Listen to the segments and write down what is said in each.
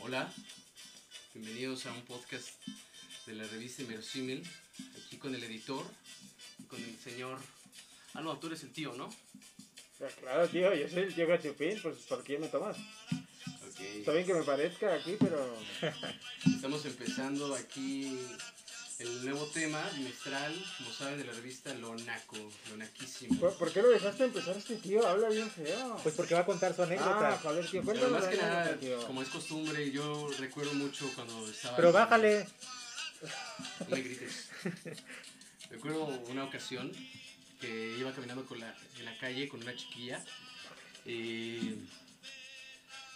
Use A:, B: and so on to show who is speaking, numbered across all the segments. A: Hola, bienvenidos a un podcast de la revista Inverosímil, aquí con el editor y con el señor... Ah, no, tú eres el tío, ¿no?
B: Pero Pues Claro, tío, yo soy el tío Gachupín, pues ¿por qué me tomas? Está
A: Ok,
B: bien que me parezca aquí, pero...
A: estamos empezando aquí el nuevo tema bimestral, como saben, de la revista Lonaco, Lonaquísimo.
B: ¿Por, por qué lo dejaste empezar este tío? Habla bien feo.
C: Pues porque va a contar su anécdota.
B: Ah, joder, tío,
A: Pero
B: cuéntame
A: más
B: la
A: que
B: anécdota,
A: nada,
B: tío.
A: como es costumbre, yo recuerdo mucho cuando estaba...
C: Pero bájale.
A: No me grites. Recuerdo una ocasión que iba caminando con la- en la calle con una chiquilla. Y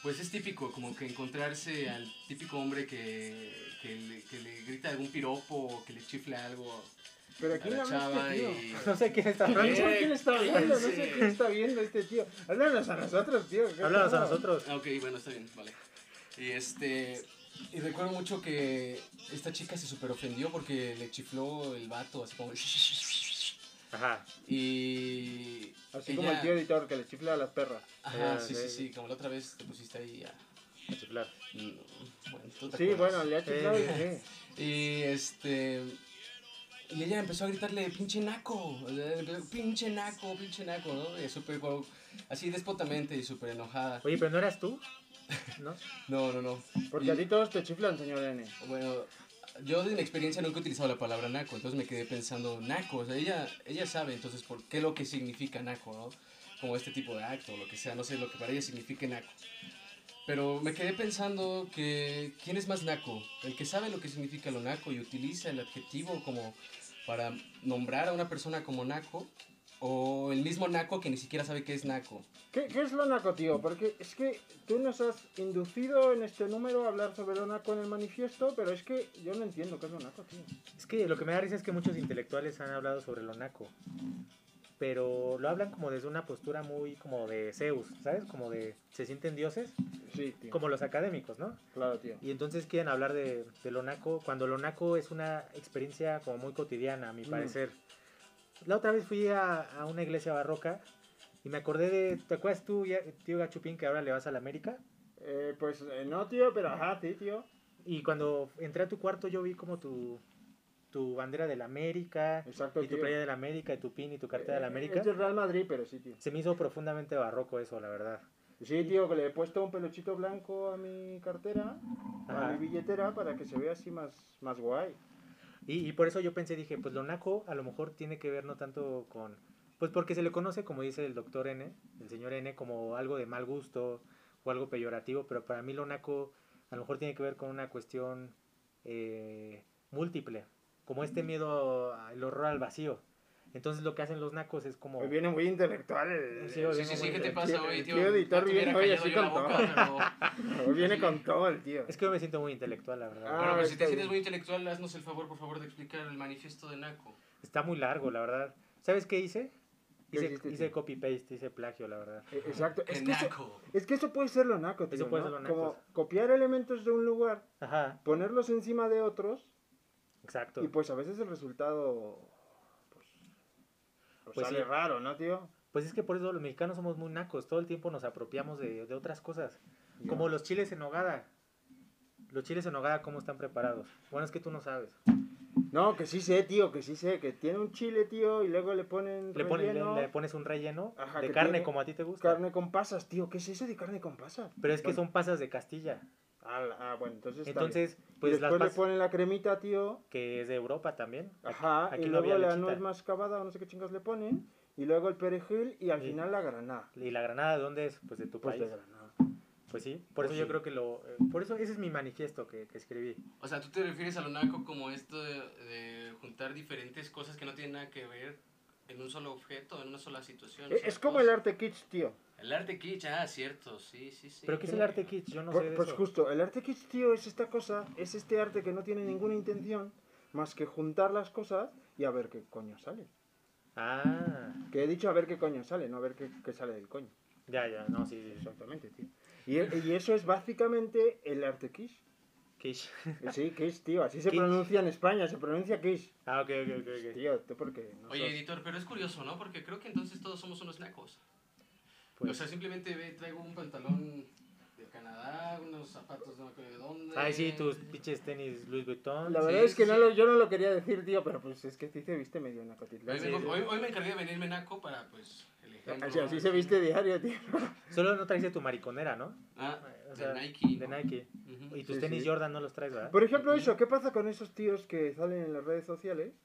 A: pues es típico, como que encontrarse al típico hombre que, que, le, que le grita algún piropo o que le chifla algo
B: Pero
A: a
B: aquí le
A: la
B: habla
A: chava.
B: este tío.
A: y-
C: No sé quién está hablando.
B: No sé quién está viendo, no sé
A: cállense.
B: quién está viendo este tío. Háblanos a nosotros, tío. ¿qué
C: Háblanos a
B: pedo?
C: nosotros.
A: Ah, ok, bueno, está bien, vale. Y este. Y recuerdo mucho que esta chica se super ofendió porque le chifló el vato, así como.
C: Ajá.
A: Y.
B: Así
A: ella-
B: como el tío editor que le chifla a las perras.
A: Ajá,
C: Ah,
A: sí, sí,
C: ok.
A: sí, como la otra vez te pusiste ahí a... mm,
C: A chiflar.
A: Bueno, tú te
B: Sí, bueno,
A: acuerdas.
B: le ha chiflado y sí.
A: Y este... Y ella empezó a gritarle, pinche naco, eh, pinche naco, pinche naco, ¿no? Y súper, guau, así despotamente y súper enojada.
C: Oye, pero no eras tú. ¿No?
A: No, no, no.
B: Porque a ti todos te chiflan, señor N.
A: Bueno, yo de mi experiencia nunca he utilizado la palabra naco, entonces me quedé pensando, naco, o sea, ella, ella sabe entonces por qué lo que significa naco, ¿no? Como este tipo de acto, o lo que sea, no sé lo que para ella significa naco. Pero me quedé pensando que, ¿quién es más naco? ¿El que sabe lo que significa lo naco y utiliza el adjetivo como para nombrar a una persona como naco? ¿O el mismo naco que ni siquiera sabe qué es naco?
B: ¿Qué, ¿Qué es lo naco, tío? Porque es que tú nos has inducido en este número a hablar sobre lo naco en el manifiesto, pero es que yo no entiendo qué es lo naco, tío.
C: Es que lo que me da risa es que muchos intelectuales han hablado sobre lo naco. Pero lo hablan como desde una postura muy como de Zeus, ¿sabes? Como de se sienten dioses,
B: Sí, tío.
C: como los académicos, ¿no?
B: Claro, tío.
C: Y entonces quieren hablar de, de lo naco, cuando lo naco es una experiencia como muy cotidiana, a mi
B: Mm.
C: parecer. La otra vez fui a, a una iglesia barroca y me acordé de, ¿te acuerdas tú, ya- tío Gachupín, que ahora le vas a la América?
B: Eh, pues eh, no, tío, pero ajá, sí, tío.
C: Y cuando entré a tu cuarto yo vi como tu, tu bandera de la América,
B: Exacto,
C: y tu
B: tío.
C: playa de la América, y tu pin, y tu cartera de la
B: Eh,
C: América.
B: Es del Real Madrid, pero sí, tío.
C: Se me hizo profundamente barroco eso, la verdad.
B: Sí, tío, que le he puesto un peluchito blanco a mi cartera, a
C: Ajá.
B: mi billetera, para que se vea así más, más guay.
C: Y, y por eso yo pensé, dije, pues lo naco a lo mejor tiene que ver no tanto con... Pues porque se le conoce, como dice el doctor N, el señor N, como algo de mal gusto o algo peyorativo, pero para mí lo naco a lo mejor tiene que ver con una cuestión eh, múltiple, como este miedo, a- el horror al vacío. Entonces lo que hacen los nacos es como...
B: Hoy viene muy intelectual el...
C: Oh. Sí, hoy
A: Sí,
C: vengo
A: sí, sí,
C: muy-
A: ¿qué te
B: el
A: pasa
B: tío-
A: hoy,
B: el
A: tío?
B: tío editor
A: Ya te hubiera
B: viene hoy
A: callado
B: así
A: yo la
B: con
A: boca,
B: todo.
A: pero-
B: Hoy viene con todo el tío.
C: Es que hoy me siento muy intelectual, la verdad.
B: Ah,
A: Pero pues, si
B: está
A: te sientes
B: bien.
A: muy intelectual, haznos el favor, por favor, de explicar el manifiesto de naco.
C: Está muy largo, la verdad. ¿Sabes qué hice?
B: ¿Qué
C: Hice,
B: hiciste,
C: hice
B: tío?
C: copy-paste, hice plagio, la verdad.
B: Eh, Exacto.
A: Que
B: Es que, eso,
A: naco.
B: es que eso puede ser lo naco, tío,
C: Eso puede
B: ¿no?
C: ser lo naco.
B: Como copiar elementos de un lugar,
C: Ajá,
B: ponerlos encima de otros,
C: exacto.
B: y pues a veces el resultado... Pues, pues
C: Pues
B: sale
C: sí.
B: raro, ¿no, tío?
C: Pues es que por eso los mexicanos somos muy nacos, todo el tiempo nos apropiamos de, de otras cosas, como los chiles en nogada. Los chiles en nogada, ¿cómo están preparados? Bueno, es que tú no sabes.
B: No, que sí sé, tío, que sí sé, que tiene un chile, tío, y luego le ponen
C: Le, pones- le-
B: relleno,
C: le pones un relleno
B: Ajá,
C: de
B: que
C: carne
B: tiene
C: como a ti te gusta.
B: carne con pasas, tío, ¿qué es eso de carne con pasas?
C: Pero es que
B: Bueno.
C: son pasas de Castilla.
B: Ah, la- ah, bueno, entonces está bien.
C: Entonces,
B: Y
C: pues las
B: después
C: pasas,
B: le ponen la cremita, tío,
C: que es de Europa también.
B: ajá,
C: aquí
B: y
C: no
B: luego
C: había
B: la
C: lechita.
B: nuez mascabada o no sé qué chingas le ponen, y luego el perejil y al
C: Sí.
B: final la granada.
C: ¿Y la granada de dónde es? Pues de tu
B: Pues de
C: país.
B: granada.
C: Pues sí,
B: Pues
C: por eso yo
B: sí.
C: creo que lo... eh, Por eso ese es mi manifiesto que, que escribí.
A: O sea, tú te refieres a lo naco como esto de, de juntar diferentes cosas que no tienen nada que ver en un solo objeto, en una sola situación.
B: Eh,
A: sola
B: Es como
A: cosa.
B: el arte kitsch, tío.
A: El arte kitsch, ah, cierto, sí, sí, sí.
C: ¿Pero qué es el arte kitsch? Yo no
B: Pues-
C: sé de
B: pues
C: eso.
B: justo, el arte kitsch, tío, es esta cosa, es este arte que no tiene ninguna intención más que juntar las cosas y a ver qué coño sale.
C: Ah,
B: Que he dicho a ver qué coño sale, no a ver qué, qué sale del coño.
C: ya, ya, no, sí, sí, sí.
B: Exactamente, tío. Y, e, y eso es básicamente el arte kitsch.
C: Kitsch.
B: Sí, kitsch, tío, así se
C: Kitsch.
B: pronuncia en España, se pronuncia kitsch.
C: Ah, ok, ok, ok. ok.
B: Tío, tú porque no
A: Oye,
B: sos-
A: editor, pero es curioso, ¿no? Porque creo que entonces todos somos unos nacos.
C: Pues-
A: O sea, simplemente ve, traigo un pantalón de Canadá, unos zapatos dónde.
C: Ay, sí, tus pinches tenis Louis Vuitton.
B: La
C: sí.
B: verdad
A: Sí,
B: es que
A: sí,
B: no
A: sí.
B: lo, yo no lo quería decir, tío, pero pues es que sí se viste medio naco, tío.
A: Hoy,
C: Sí,
A: vengo-
C: sí.
A: hoy- hoy me encargué de venirme naco para, pues, el ejemplo.
B: Así, así se viste diario, tío.
C: Solo no traes de tu mariconera, ¿no?
A: Ah,
C: O sea,
A: de Nike.
C: De
A: ¿no?
C: Nike.
A: Ujú.
C: Y tus
B: Sí,
C: tenis
B: sí. Pues-
C: Jordan no los traes, ¿verdad?
B: Por ejemplo, eso, ¿qué pasa con esos tíos que salen en las redes sociales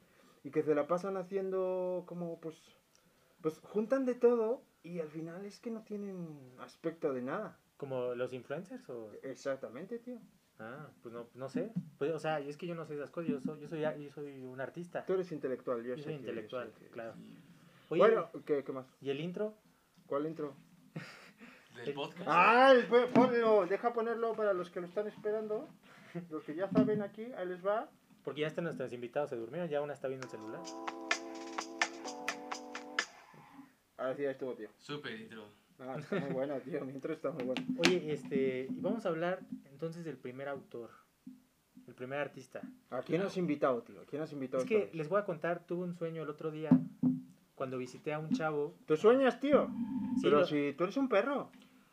B: y que se la pasan haciendo como, pues, pues juntan de todo y al final es que no tienen aspecto de nada?
C: Como los influencers o...
B: Exactamente, tío.
C: Ah, pues no, no sé. Pues, o sea, es que yo no sé esas cosas. Yo soy, yo soy, yo soy un artista.
B: Tú eres intelectual, yo,
C: Yo
B: sé,
C: soy
B: tío, yo
C: intelectual,
B: sé, tío.
C: claro. Oye,
B: Bueno, ¿qué, qué más?
C: ¿y el intro?
B: ¿Cuál intro?
A: Del podcast.
B: ¡Ah! el pe- Ponlo, deja ponerlo para los que lo están esperando. Los que ya saben aquí, ahí les va.
C: Porque ya están nuestros invitados, se durmieron, ya una está viendo el celular.
B: Ahora Ah, sí, ya estuvo, tío.
A: Súper intro.
B: Ah, está muy bueno, tío. Mi intro está muy bueno.
C: Oye, este, y vamos a hablar entonces del primer autor, el primer artista.
B: ¿A quién has invitado, tío? ¿A quién has invitado?
C: Es que
B: esta vez?
C: les voy a contar, tuve un sueño el otro día cuando visité a un chavo.
B: ¿Tú sueñas, tío?
C: Sí,
B: Pero
C: lo-
B: si tú eres un perro.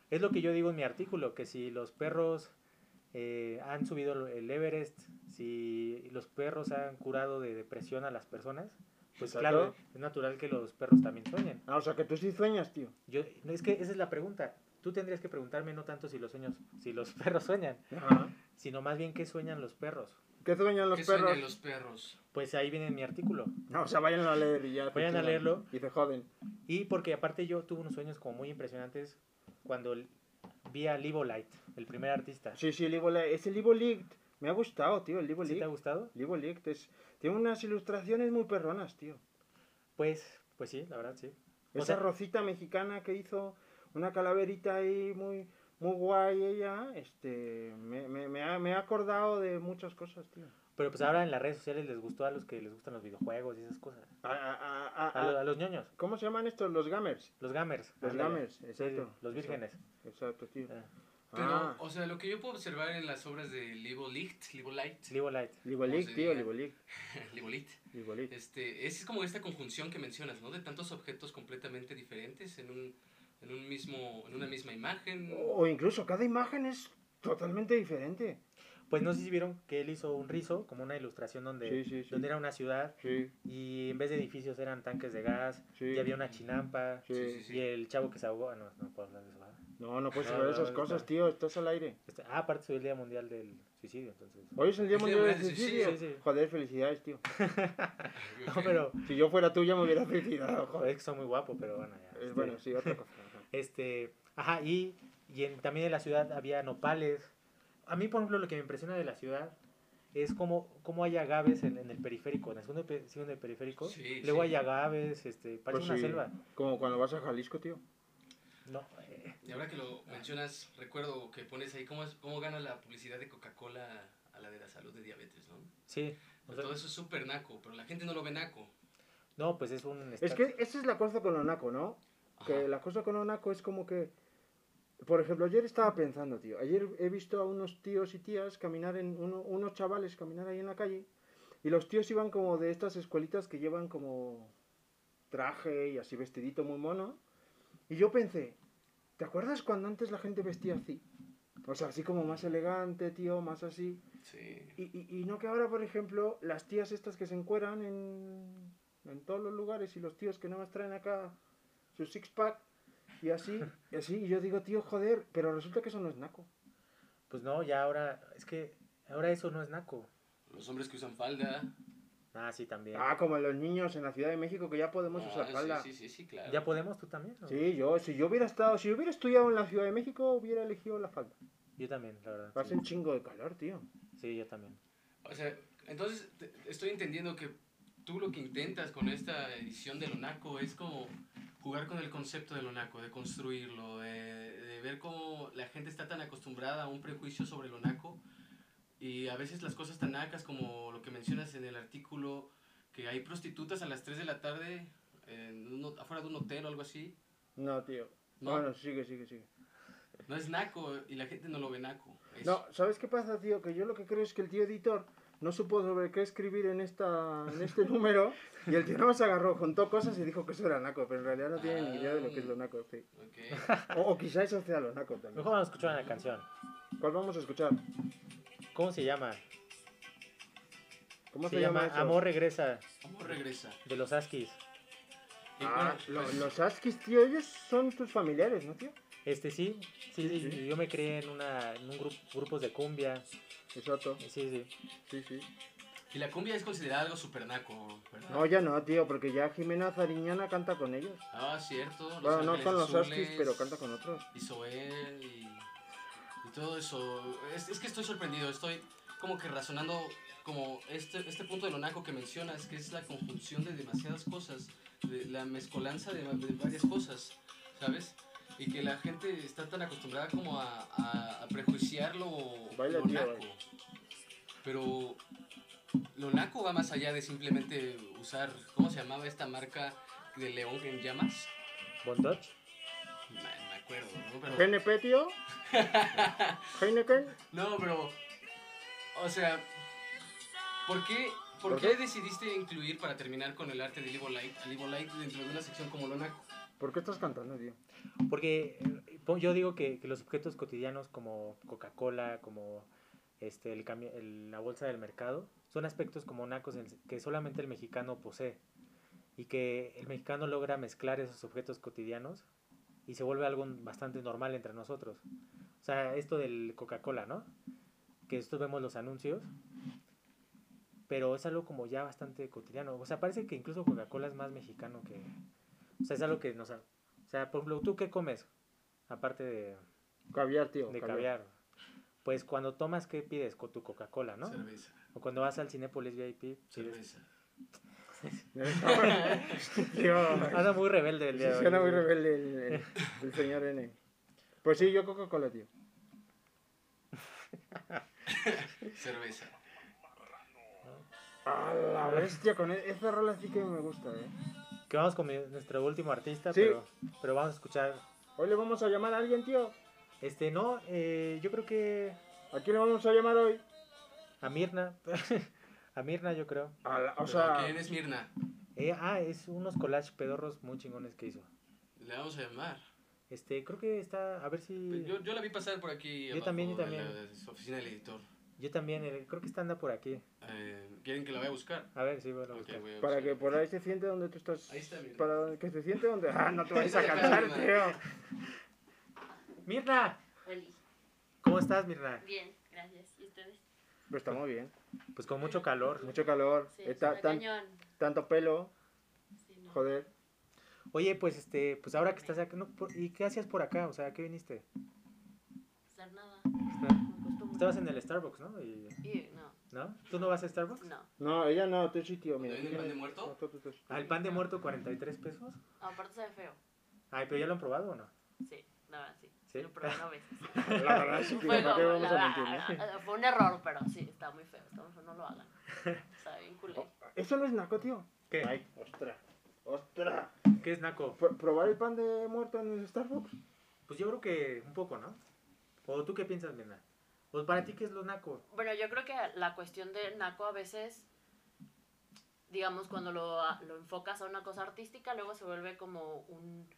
C: Es lo que yo digo en mi artículo, que si los perros eh, han subido lo- el Everest, si los perros han curado de depresión a las personas, pues
B: Exacto.
C: claro, es natural que los perros también sueñen.
B: Ah, o sea, que tú sí sueñas, tío.
C: Yo, no, es que esa es la pregunta. Tú tendrías que preguntarme no tanto si los sueños, si los perros sueñan,
B: Ajá.
C: sino más bien qué sueñan los perros.
B: ¿Qué sueñan los
A: ¿Qué
B: perros?
A: sueñan los perros?
C: Pues ahí viene mi artículo.
B: No, o sea, vayan a leer y ya.
C: Vayan
B: se
C: a
B: chingan.
C: leerlo.
B: Y se joden.
C: Y porque aparte yo tuve unos sueños como muy impresionantes cuando l- vi a Livo Light, el primer artista.
B: Sí, sí, el Ivo Lig- Ese Libo Licht me ha gustado, tío. El Libo
C: ¿Sí te ha
B: Licht.
C: gustado?
B: Libo Licht es... Tiene unas ilustraciones muy perronas, tío.
C: Pues, pues sí, la verdad sí. O
B: Esa
C: sea-
B: rosita mexicana que hizo una calaverita ahí muy, muy guay ella, este, me, me, me ha, me ha acordado de muchas cosas, tío.
C: Pero pues ahora en las redes sociales les gustó a los que les gustan los videojuegos y esas cosas.
B: A- a- a-
C: A,
B: a-
C: lo- a los ñoños,
B: ¿Cómo se llaman estos? Los gamers.
C: los gamers.
B: Ah. Los
C: ándale.
B: gamers,
C: Sí, sí,
B: exacto,
C: Los vírgenes.
B: Exacto, tío.
C: Ah,
A: Pero,
B: Ah,
A: o sea, lo que yo puedo observar en las obras de Libo Licht, Libo Light,
C: Livo Light.
B: Libolic,
A: ¿cómo se
B: tío,
A: diga?
B: Libolic.
A: Libo Licht,
B: Libolic.
A: eh, Este, es como esta conjunción que mencionas, ¿no? De tantos objetos completamente diferentes en un, en un mismo, en una misma imagen.
C: Oh,
B: O incluso cada imagen es totalmente diferente.
C: Pues no sé si vieron que él hizo un rizo, como una ilustración donde,
B: Sí, sí, sí.
C: donde era una ciudad
B: Sí,
C: y en vez de edificios eran tanques de gas
B: Sí.
C: y había una chinampa
B: sí.
A: Sí, sí, sí.
C: y el chavo que se ahogó. ah, No, no puedo hablar de eso. ¿verdad?
B: No, no puedes
C: No,
B: saber
C: no,
B: esas
C: no,
B: cosas,
C: no.
B: tío, estás al aire.
C: Este- ah, aparte soy el Día Mundial del Suicidio, entonces.
B: Hoy es el Día
A: Sí,
B: Mundial del
A: sí, sí,
B: Suicidio.
C: sí, sí.
B: Joder, felicidades, tío.
A: Ah,
C: No, pero
B: Si yo fuera tú ya me hubiera felicitado, joder.
C: joder, es que soy muy guapo, pero bueno, ya.
B: Eh,
C: este,
B: Bueno, sí, otra cosa. ajá.
C: Este, ajá, y, y en- también en la ciudad había nopales. A mí, por ejemplo, lo que me impresiona de la ciudad es cómo, cómo hay agaves en, en el periférico, en el segundo, pe- segundo periférico.
A: Sí,
C: luego
A: sí.
C: hay agaves, este, parece
B: Pues
C: una
B: sí,
C: selva.
B: Como cuando vas a Jalisco, tío.
C: No, eh,
A: Y ahora que lo mencionas, recuerdo que pones ahí cómo, es- cómo gana la publicidad de Coca-Cola a la de la salud de diabetes, ¿no?
C: sí. o sea,
A: Todo eso es súper naco, pero la gente no lo ve naco.
C: no, pues es un...
B: Es
C: esta-
B: que esa es la cosa con Onaco, ¿no? Que
A: Ajá.
B: la cosa con Onaco es como que... Por ejemplo, ayer estaba pensando, tío. Ayer he visto a unos tíos y tías caminar en... uno- unos chavales caminar ahí en la calle. Y los tíos iban como de estas escuelitas que llevan como traje y así vestidito muy mono. Y yo pensé, ¿te acuerdas cuando antes la gente vestía así? O sea, así como más elegante, tío, más así.
A: Sí.
B: Y, y- y no que ahora, por ejemplo, las tías estas que se encueran en, en todos los lugares y los tíos que no más traen acá su six-pack y así, y así, y yo digo, tío, joder, pero resulta que eso no es naco.
C: Pues no, ya ahora... Es que ahora eso no es naco.
A: Los hombres que usan falda.
C: Ah, sí, también.
B: Ah, como los niños en la Ciudad de México que ya podemos
A: Ah,
B: usar falda.
A: Sí,
B: Sí,
A: sí, sí, sí, claro.
C: ¿Ya podemos tú también? o?
B: yo, si yo hubiera estado, si yo hubiera estudiado en la Ciudad de México, hubiera elegido la falda.
C: Yo también, la verdad.
B: Va a
C: sí.
B: ser un chingo de calor, tío.
C: Sí, yo también.
A: O sea, entonces te- estoy entendiendo que tú lo que intentas con esta edición de Lonaco es como jugar con el concepto de Lonaco, de construirlo, de, de ver cómo la gente está tan acostumbrada a un prejuicio sobre Lonaco y a veces las cosas tan nacas como lo que mencionas en el artículo, que hay prostitutas a las 3 de la tarde en un ho- afuera de un hotel o algo así.
B: No, tío.
A: No.
B: Bueno, sigue, sigue, sigue.
A: No es naco y la gente no lo ve naco. Es-
B: No, ¿sabes qué pasa, tío? Que yo lo que creo es que el tío editor no supo sobre qué escribir en, esta, en este número y el tío no se agarró, juntó cosas y dijo que eso era naco, pero en realidad no tiene ni idea de lo que es lo naco. sí.
A: Ok.
B: O, o quizá eso sea lo naco también.
C: Mejor vamos a escuchar una canción.
B: ¿Cuál vamos a escuchar?
C: ¿Cómo se llama?
B: ¿Cómo
C: se, llama,
B: eso?
C: Amor Regresa,
A: Amor regresa.
C: de los Askis.
A: Y
B: Ah,
A: bueno,
B: lo-
A: pues,
B: los Askis, tío, ellos son tus familiares, ¿no, tío?
C: Este sí, sí, sí,
B: Sí.
C: yo me crié en, una, en un grupo, grupos de cumbia.
B: Exacto,
C: Sí, sí.
B: sí, sí.
A: Y la cumbia es considerada algo super naco, ¿verdad?
B: No, ya no, tío, porque ya Jimena Zariñana canta con ellos.
A: Ah, cierto. Los
B: Bueno, no
A: Ángeles
B: con los
A: Azules,
B: Askis, pero canta con otros.
A: Y Zoé y, y todo eso. Es, es que estoy sorprendido, estoy como que razonando como este, este punto de lo naco que mencionas, que es la conjunción de demasiadas cosas, de la mezcolanza de, va- de varias cosas, ¿sabes? Y que la gente está tan acostumbrada como a, a, a prejuiciar lo,
B: Baila,
A: lo
B: tío,
A: naco.
B: baila.
A: Pero lo naco va más allá de simplemente usar, ¿cómo se llamaba esta marca de león en llamas?
C: Bondage.
A: No me acuerdo, ¿no? Pero-
B: GNP, tío. Heineken.
A: No, pero. O sea. ¿Por qué, por
B: ¿Por
A: qué
B: qué?
A: decidiste incluir para terminar con el arte de Live Light al Live Light dentro de una sección como Lona?
B: ¿Por qué estás cantando, tío?
C: Porque eh, po- yo digo que, que los objetos cotidianos como Coca-Cola, como este, el cami- el- la bolsa del mercado, son aspectos como nacos en- que solamente el mexicano posee y que el mexicano logra mezclar esos objetos cotidianos y se vuelve algo bastante normal entre nosotros. O sea, esto del Coca-Cola, ¿no? Que esto vemos los anuncios, pero es algo como ya bastante cotidiano. O sea, parece que incluso Coca-Cola es más mexicano que... O sea, es algo que nos, a- o sea, por ejemplo, ¿tú qué comes? Aparte de,
B: Caviar, tío.
C: de caviar. Pues cuando tomas, ¿qué pides? Con tu Coca-Cola, ¿no?
A: Cerveza.
C: O cuando vas al Cinépolis VIP. Pides...
A: Cerveza.
B: tío,
C: Anda muy rebelde el día de hoy.
B: suena muy rebelde el, el- el señor N. Pues sí, yo Coca-Cola, tío.
A: Cerveza.
B: A la bestia, con e- esa rola sí que me gusta, eh.
C: Que vamos con mi- nuestro último artista,
B: Sí.
C: pero, pero vamos a escuchar.
B: Hoy le vamos a llamar a alguien, tío.
C: Este, no, eh, yo creo que
B: ¿A quién le vamos a llamar hoy?
C: a Mirna. a Mirna, yo creo.
B: A la- o
A: Pero,
B: sea,
A: ¿Quién es Mirna?
C: Eh, ah, es unos collage pedorros muy chingones que hizo.
A: Le vamos a llamar.
C: Este, creo que está. A ver si.
A: Pues Yo, yo la vi pasar por aquí.
C: Yo
A: abajo
C: también, yo
A: de
C: también.
A: la oficina del editor.
C: yo también, eh, creo que está anda por aquí.
A: Eh, ¿Quieren que la vaya a buscar?
C: A ver si bueno.
A: Ok, voy a
B: para
A: buscar.
B: que por ahí se siente donde tú estás.
A: Ahí está Mirna.
B: Para que se siente donde. Ah, no te vayas a cansar, tío.
C: Mirna,
D: Oli.
C: ¿cómo estás, Mirna?
D: Bien, gracias. ¿Y ustedes?
B: Pero está muy bien.
C: Pues con mucho calor.
B: Mucho calor.
D: Sí,
B: está Eh,
D: está
B: tan-
D: cañón.
B: tanto pelo.
D: Sí, no.
B: Joder.
C: Oye, pues este, pues ahora que estás acá, no, por- ¿y qué hacías por acá? O sea, ¿qué viniste?
D: Hacer nada.
C: Está-
D: como costumbre.
C: Estabas en el Starbucks, ¿no? Y-
D: Y- No,
C: ¿No? ¿Tú no vas a Starbucks?
D: no.
B: No, ella no, tú sí, tío. Mira,
A: ¿Dónde viene el pan de muerto?
B: No, tú, tú, tú.
C: ¿Al Ah, pan de muerto 43 pesos?
D: Aparte sabe feo.
C: Ay, pero ya lo han probado o no?
D: Sí, la verdad, sí.
C: ¿Sí?
D: Lo probé una vez.
B: La verdad sí, tío.
D: Fue,
B: ¿Para qué
D: como-
B: vamos
D: la-
B: a mentir?
D: la- fue un error, pero sí, está muy feo. Está muy feo, no lo hagan. Está bien culero.
B: no? Eso no es naco, tío.
C: ¿Qué?
B: Ay, ostras. Ostras.
C: ¿Qué es Naco?
B: Pro- ¿Probar el pan de muerto en el Starbucks?
C: Pues yo creo que un poco, ¿no? ¿O tú qué piensas, Mirna? Pues para ti, ¿qué es lo Naco?
D: Bueno, yo creo que la cuestión de Naco a veces, digamos, cuando lo, ah, lo enfocas a una cosa artística, luego se vuelve como un...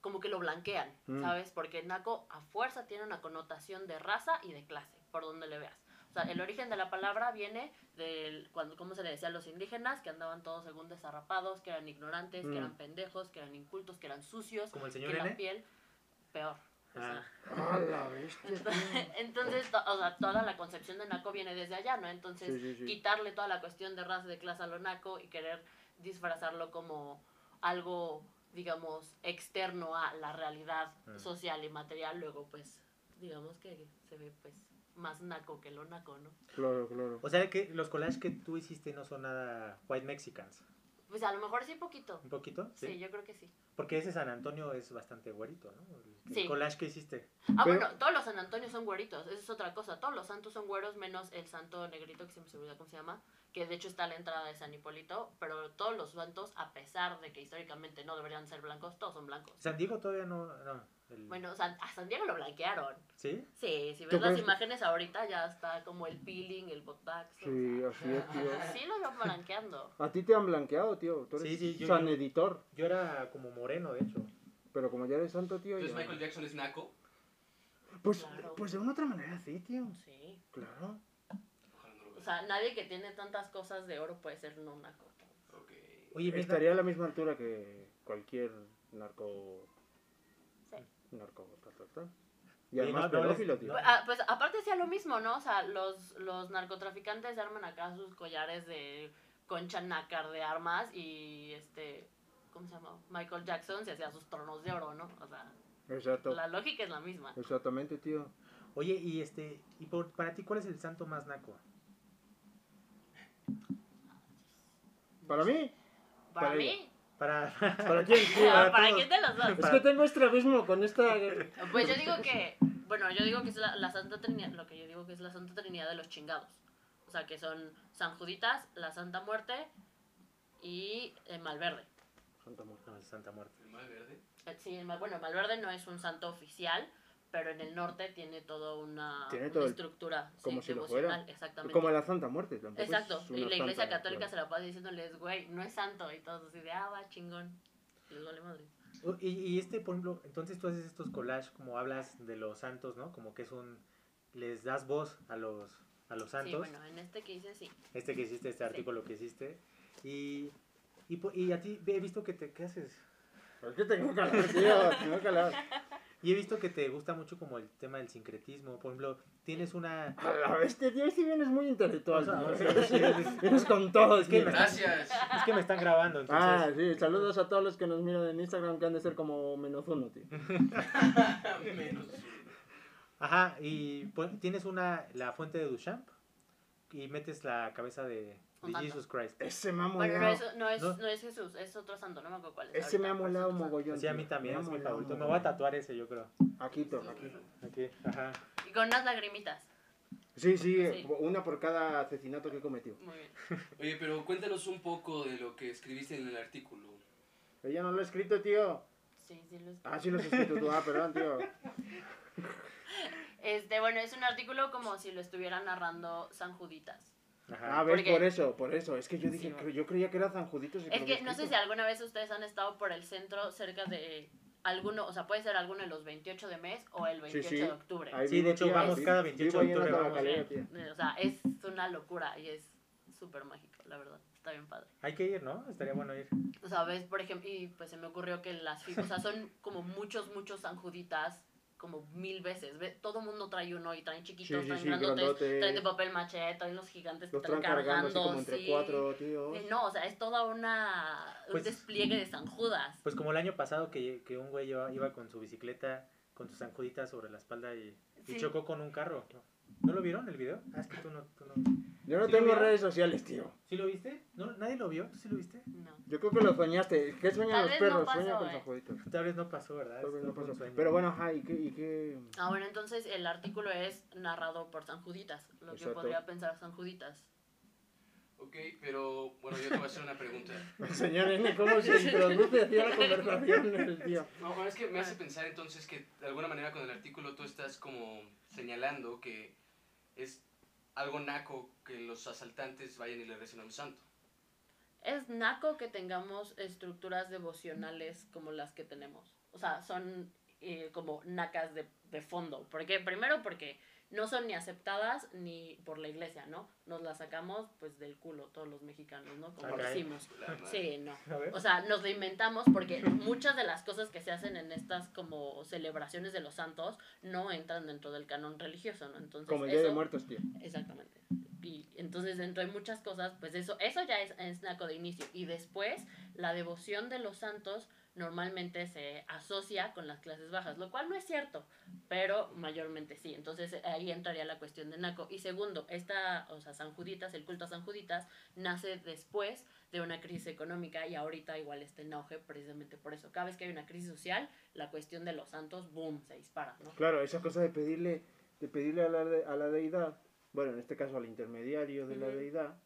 D: como que lo blanquean,
B: Mm.
D: ¿sabes? Porque Naco a fuerza tiene una connotación de raza y de clase, por donde le veas. O sea, el origen de la palabra viene del cuando cómo se le decía a los indígenas que andaban todos según desarrapados, que eran ignorantes,
B: Mm.
D: que eran pendejos, que eran incultos, que eran sucios,
C: ¿Como el
D: que
C: señor
D: la
C: N?
D: piel peor. O sea,
C: Ah,
B: A la bestia.
D: entonces, entonces, to- o sea, toda la concepción de naco viene desde allá, ¿no? Entonces,
B: Sí, sí, sí.
D: quitarle toda la cuestión de raza, de clase a lo naco y querer disfrazarlo como algo, digamos, externo a la realidad
B: Ah.
C: Mm.
D: social y material, luego, pues, digamos que se ve, pues, más naco que lo naco, ¿no?
B: Claro, claro.
C: o sea, que los collages que tú hiciste no son nada white mexicans.
D: Pues a lo mejor sí poquito.
C: ¿Un poquito?
D: Sí, yo creo que sí.
C: Porque ese San Antonio es bastante güerito, ¿no? El
D: Sí.
C: collage que hiciste.
D: Ah,
B: Pero-
D: bueno, todos los San Antonio son güeritos, eso es otra cosa. Todos los santos son güeros, menos el santo negrito, que siempre se me olvida cómo se llama, que de hecho está a la entrada de San Hipólito, pero todos los santos, a pesar de que históricamente no deberían ser blancos, todos son blancos.
C: San Diego todavía no. no el-
D: Bueno, San, a San Diego lo blanquearon.
C: ¿Sí?
D: Sí, si
B: Mm. ¿Tú
D: ves las
B: crees que-
D: imágenes ahorita ya está como el peeling, el botox. o
B: Sí, así es, tío.
D: sea, sí lo van blanqueando.
B: A ti te han blanqueado, tío. Tú eres
C: Sí, sí, yo-
B: San Editor.
C: Yo era como moreno, de hecho.
B: Pero como ya eres santo, tío.
A: Entonces
B: ya-
A: Michael Jackson es naco.
B: Pues,
D: Claro.
B: pues de una otra manera sí, tío.
D: Sí.
B: Claro.
A: Ojalá no lo
D: O
A: veas.
D: sea, nadie que tiene tantas cosas de oro puede ser no naco.
A: Ok.
C: Oye, ¿verdad?
B: Estaría a la misma altura que cualquier narco.
D: Sí.
B: Narco. ta, ta, ta. Y
C: Oye,
B: además
C: no, no,
B: pedófilo,
C: es-
B: tío.
C: no,
D: Ah, pues aparte hacía lo mismo, ¿no? O sea, los, los narcotraficantes arman acá sus collares de concha nácar de armas y este, ¿cómo se llama? Michael Jackson se hacía sus tronos de oro, ¿no? O sea,
B: Exacto.
D: la lógica es la misma.
B: Exactamente, tío.
C: Oye, y este, y por- para ti, ¿cuál es el santo más naco?
B: ¿Para mí?
D: Para,
B: para
D: mí,
C: Para,
B: ¿Para quién? tío?
D: Ah, ¿para,
C: todos.
D: quién de los dos?
B: Es que tengo estrabismo con esta.
D: Pues yo digo que, bueno, yo digo que es la, la Santa Trinidad, lo que yo digo que es la Santa Trinidad de los chingados. O sea, que son San Juditas, la Santa Muerte y eh, Malverde.
B: Santa muerte.
C: No, es Santa Muerte.
A: El mal verde.
D: Eh, Sí, el Mal- bueno, Malverde no es un santo oficial, pero en el norte tiene toda una,
B: Tiene
D: una
B: todo el-
D: estructura sí,
B: como si lo
D: devocional,
B: fuera.
D: exactamente.
B: Como la Santa Muerte tampoco. es
D: Exacto,
B: una
D: y la iglesia
B: santa,
D: católica
B: claro.
D: se la pasa diciéndoles, güey, no es santo, y todos así de, ah, va, chingón, les vale madre.
C: O- Y, y este, por ejemplo, entonces tú haces estos collages, como hablas de los santos, ¿no? Como que es un, les das voz a los, a los santos.
D: Sí, bueno, en este que hice sí.
C: Este que hiciste, este
D: Sí.
C: artículo que hiciste. Y, y, po- y a ti he visto que te, ¿qué haces?
B: ¿Por qué Pues tengo calor, tío? Tengo calor.
C: Y he visto que te gusta mucho como el tema del sincretismo. Por ejemplo, tienes una...
B: A la bestia, tío, si vienes muy intelectual.
C: O sea,
B: tío.
C: sí, sí, sí.
B: Vienes con todo,
C: Es que
B: tío.
C: me-
A: Gracias.
C: Es que me están grabando, entonces...
B: Ah, sí, saludos a todos los que nos miran en Instagram que han de ser como menos uno, tío.
A: Menos.
C: Ajá, y pon- tienes una, la fuente de Duchamp y metes la cabeza de,
D: Un
C: de
D: santo.
C: Jesus Christ.
B: Ese me ha
D: Bueno, no
B: molado.
D: es, no, es,
C: ¿No?
D: no es Jesús, es otro santo, no me acuerdo cuál es.
B: Ese me ha
D: ahorita, pues,
B: molado
D: pero es otro
B: mogollón.
C: Sí, a mí
B: tío.
C: también
B: Me ha
C: es mi
B: molado
C: favorito. Me
B: mogollón.
C: voy a tatuar ese, yo creo.
B: Aquí, tío, aquí.
C: Aquí, ajá.
D: santo. Y con unas lagrimitas.
B: Sí, sí,
D: Sí.
B: una por cada asesinato que he cometido.
D: Muy bien.
A: Oye, pero cuéntanos un poco de lo que escribiste en el artículo.
B: Ella no lo ha escrito, tío.
D: Sí, sí, lo
B: Ah, sí lo has escrito tú. Ah, perdón, tío.
D: Este, bueno, es un artículo como si lo estuviera narrando San Juditas.
C: ajá.
B: A ver,
D: Ah, Porque-
B: Ah, por eso, por eso. Es que yo dije,
D: Sí,
B: que- yo creía que era San Judito. el
D: Es
B: lo había
D: que no sé si
B: escrito.
D: alguna vez ustedes han estado por el centro cerca de alguno, o sea, puede ser alguno de los 28 de mes o el 28
B: sí.
D: de octubre.
B: Ahí
C: Sí, de
B: vivo,
C: hecho,
B: tío,
C: vamos
B: ahí
C: cada
B: vivo. Vivo
C: 28
B: ahí en
C: de
B: la
C: octubre, vamos. ¿eh?
B: tabacalera, tío.
D: O sea, es una locura y es súper mágico, la verdad. Está bien padre.
C: Hay que ir, ¿no? Estaría bueno ir.
D: O sea, ves, por ejemplo, y pues se me ocurrió que las figuras, o sea, son como muchos, muchos sanjuditas, como mil veces. Ve, todo mundo trae uno y traen
B: Sí,
D: chiquitos,
B: sí,
D: traen
B: sí,
D: grandotes,
B: grandote.
D: traen de papel maché, traen los gigantes que
B: Los
D: están
B: están cargando así
D: cargando.
B: como entre
D: sí.
B: cuatro, tío.
D: Eh, No, o sea, es toda una. un
C: Pues-
D: despliegue de sanjudas.
C: Pues como el año pasado que, que un güey iba, iba con su bicicleta, con sus zanjuditas sobre la espalda y, y
D: Sí.
C: chocó con un carro. ¿No, ¿No lo vieron el video? Ah, es que tú no... tú no.
B: Yo no
C: Sí,
B: tengo
C: mira.
B: redes sociales, tío.
C: ¿Sí lo viste? ¿No, ¿Nadie lo vio? ¿Sí lo viste?
D: No.
B: Yo creo que lo soñaste. ¿Qué sueñan
D: Tal
B: los
D: vez
B: perros?
D: no pasó,
B: Sueña con
D: eh.
B: San Judito.
C: Pues Tal vez no pasó, ¿verdad?
B: Tal vez
C: Esto
B: no
C: fue un
B: pasó.
C: sueño.
B: Pero bueno, ajá, ¿y qué? Y qué...
D: Ah, bueno, entonces el artículo es narrado por sanjuditas, lo que
B: Exacto.
D: podría pensar sanjuditas.
A: Ok, pero bueno, yo te voy a hacer una pregunta.
B: Señor N, ¿cómo se introduce así a la conversación el tío?
A: No, bueno, es que me hace pensar entonces que de alguna manera con el artículo tú estás como señalando que es algo naco que los asaltantes vayan y le recen a un santo.
D: Es naco que tengamos estructuras devocionales como las que tenemos. O sea, son eh, como nacas de, de fondo. Porque primero porque no son ni aceptadas ni por la iglesia, ¿no? Nos las sacamos pues del culo todos los mexicanos, ¿no? Como
C: Ah, caray.
D: decimos.
A: La madre.
D: Sí, no.
C: A ver.
D: O sea, nos lo inventamos porque muchas de las cosas que se hacen en estas como celebraciones de los santos no entran dentro del canon religioso, ¿no? Entonces,
B: Como el Día de
D: Pues eso-
B: Muertos, tío.
D: Exactamente. Y entonces dentro de muchas cosas, pues eso, eso ya es, es naco de inicio. Y después, la devoción de los santos normalmente se asocia con las clases bajas, lo cual no es cierto, pero mayormente sí. Entonces eh, ahí entraría la cuestión de naco. Y segundo, esta, o sea, San Juditas, el culto a San Juditas, nace después de una crisis económica y ahorita igual está en auge precisamente por eso. Cada vez que hay una crisis social, la cuestión de los santos, boom, se dispara, ¿no?
B: Claro, esa cosa de pedirle, de pedirle a, la, de- a la deidad, bueno, en este caso al intermediario de la
D: Ujú.
B: deidad,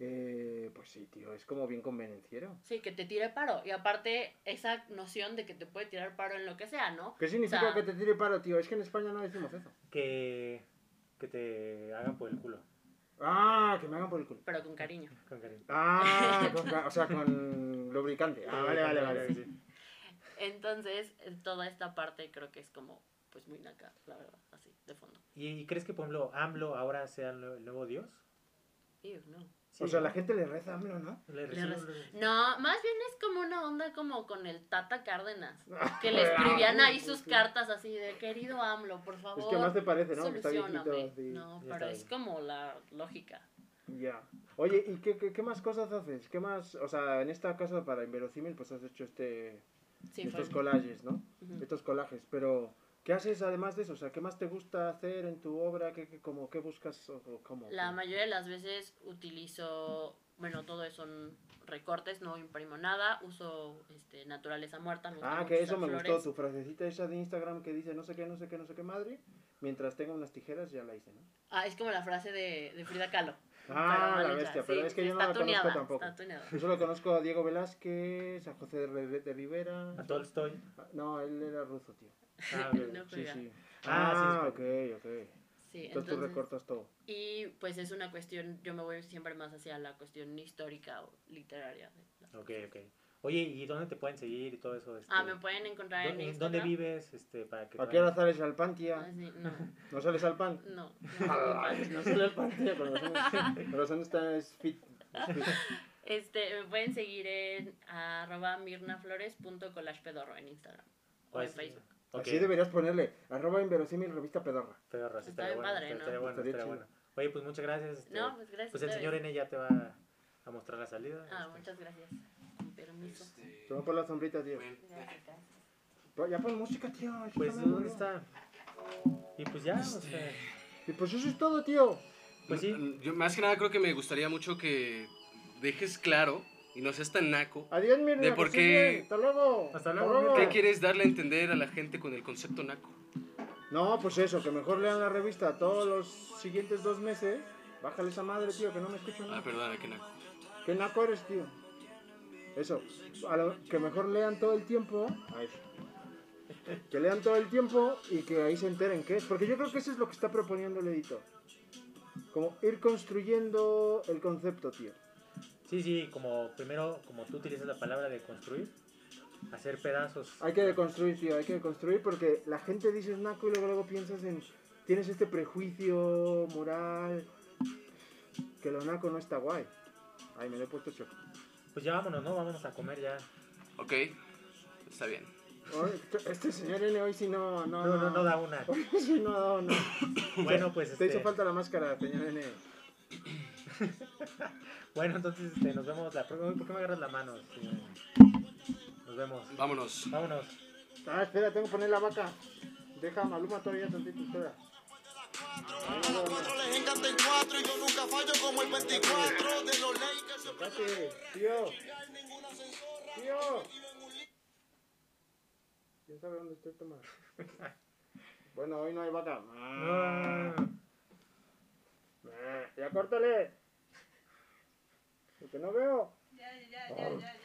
B: eh, pues sí, tío, es como bien convenenciero.
D: Sí, que te tire paro. Y aparte, esa noción de que te puede tirar paro en lo que sea, ¿no?
B: ¿Qué significa
D: O sea-
B: que te tire paro, tío? Es que en España no decimos eso.
C: que, que te hagan por el culo,
B: Ah, que me hagan por el culo.
D: Pero con cariño.
C: con cariño.
B: Ah, con ca- o sea, con lubricante. Ah, vale, vale, vale.
C: Sí.
D: Entonces, eh, toda esta parte creo que es como, pues muy naca, la verdad. de fondo.
C: ¿Y, y crees que, por ejemplo, AMLO ahora sea el nue- el nuevo dios?
D: Ew, no.
B: o sea, la gente le reza a AMLO, ¿no?
C: Le
D: Le
C: recibo-
D: res- No, más bien es como una onda como con el Tata Cárdenas. Que
B: Ah,
D: le escribían ahí sus cartas así de querido AMLO, por favor.
B: Es que más te parece, ¿no? Que está viejito
D: solucióname".
B: así.
C: Ya
D: No, pero
C: está bien.
D: es como la lógica.
B: Ya. Oye, ¿y qué, qué, qué más cosas haces? ¿Qué más? O sea, en esta casa para Inverosímil, pues has hecho este,
D: Sí, pues. fue-
B: estos collages, ¿no?
D: Ujú.
B: Estos colajes. Pero, ¿qué haces además de eso? O sea, ¿qué más te gusta hacer en tu obra? ¿Qué, qué, como, qué buscas? O, o cómo,
D: La mayoría de las veces utilizo, bueno, todo eso son recortes, no imprimo nada, uso este, naturaleza muerta. me gusta
B: Ah,
D: mucho
B: que eso
D: usar
B: me
D: flores.
B: gustó. Tu frasecita esa de Instagram que dice no sé qué, no sé qué, no sé qué madre. Mientras tenga unas tijeras, ya la hice, ¿no?
D: Ah, es como la frase de, de Frida Kahlo.
B: Ah,
D: pero mal
B: la
D: hecha,
B: bestia.
D: sí,
B: pero es que yo no
D: está
B: la
D: tuneada,
B: conozco tampoco.
D: Está tuneada.
B: Yo solo conozco a Diego Velázquez, a José de, Re- de Rivera. Ah,
C: A Tolstoy.
B: No, él era ruso, tío. Eh,
C: Ah,
D: No
B: Sí, sí. Ah,
C: ok. Ah, sí,
D: juega.
B: ok, ok.
D: Sí,
B: Entonces tú recortas todo.
D: Y pues es una cuestión, yo me voy siempre más hacia la cuestión histórica o literaria.
C: ok, ok. Oye, ¿y dónde te pueden seguir y todo eso? este?
D: Ah, me pueden encontrar en
C: ¿Dó-
D: Instagram.
C: ¿Dónde vives? Este, para que
B: ¿A
C: te
B: qué hora
C: vayan-
B: sales al pan,
D: Ah,
B: tía?
D: sí, no,
B: ¿No sales al pan?
D: no.
B: No sale al pan, tía. Corazón está es fit.
D: Este, me pueden seguir en arroba mirnaflores.colagepedorro en Instagram o en
C: Pues,
D: Facebook.
C: ok.
B: Así deberías ponerle. Arroba inverosímil revista pedorra.
C: Pero Rosa,
D: Está
C: estaría
D: bien
C: bueno,
D: padre,
C: estaría-
D: ¿no?
C: estaría bueno,
B: Estaría
C: estaría
B: chido.
C: bueno. Oye, pues muchas gracias. este,
D: No, pues gracias.
C: pues el
D: está
C: señor
D: bien.
C: N ya te va a mostrar la salida.
D: Ah,
C: este.
D: muchas gracias. Con permiso.
A: Este, eh,
B: Toma por la sombrita, tío.
D: Gracias, gracias.
B: Pero Ya pon música, tío. es que
C: Pues,
B: no me
C: ¿dónde
B: acuerdo.
C: está? Y pues ya, o sea,
B: Y pues eso es todo, tío.
C: pues sí.
A: eh, Yo más que nada creo que me gustaría mucho que dejes claro y no seas tan naco.
C: Ah.
B: Adiós, mira.
A: De por qué-
B: Hasta luego.
C: Hasta luego, mira.
A: ¿Qué quieres darle a entender a la gente con el concepto naco?
B: No, pues eso, que mejor lean la revista todos los siguientes dos meses. Bájale esa madre, tío, que no me escucho
A: Ah,
B: nada.
A: perdona, que naco.
B: ¿Qué naco eres, tío? Eso. a lo- que mejor lean todo el tiempo. A eso. Que lean todo el tiempo y que ahí se enteren qué es. Porque yo creo que eso es lo que está proponiendo el editor. Como ir construyendo el concepto, tío.
C: Sí, sí, como primero, como tú utilizas la palabra de construir, hacer pedazos.
B: Hay que deconstruir, tío, hay que deconstruir porque la gente dice naco y luego, luego piensas en. Tienes este prejuicio moral. Que lo naco no está guay. Ay, me lo he puesto choco.
C: Pues ya vámonos, ¿no? Vámonos a comer ya.
A: Ok, está bien.
B: Ay, Este señor N hoy sí no. No,
C: No, no, no da una.
B: Hoy sí no ha dado nada.
C: Bueno, pues
B: Te hizo
C: este,
B: falta la máscara, señor N.
C: bueno, entonces este, nos vemos la próxima. Uy, ¿Por qué me agarras la mano? Sí. Nos vemos.
A: Vámonos.
C: Vámonos.
B: Ah, espera, tengo que poner la vaca. Deja a Maluma todavía tantito, espera.
E: A los cuatro les encanta el cuatro y yo nunca fallo como el 24 de los Lakers. Siempre
B: Espérate, tío,
E: hay ninguna censora.
B: tío. ¿Quién sabe dónde estoy tomando? Bueno, hoy no hay vaca.
C: Ah,
B: Ah, Ya córtale. Porque no veo.
F: Ya, ya, ya, ya.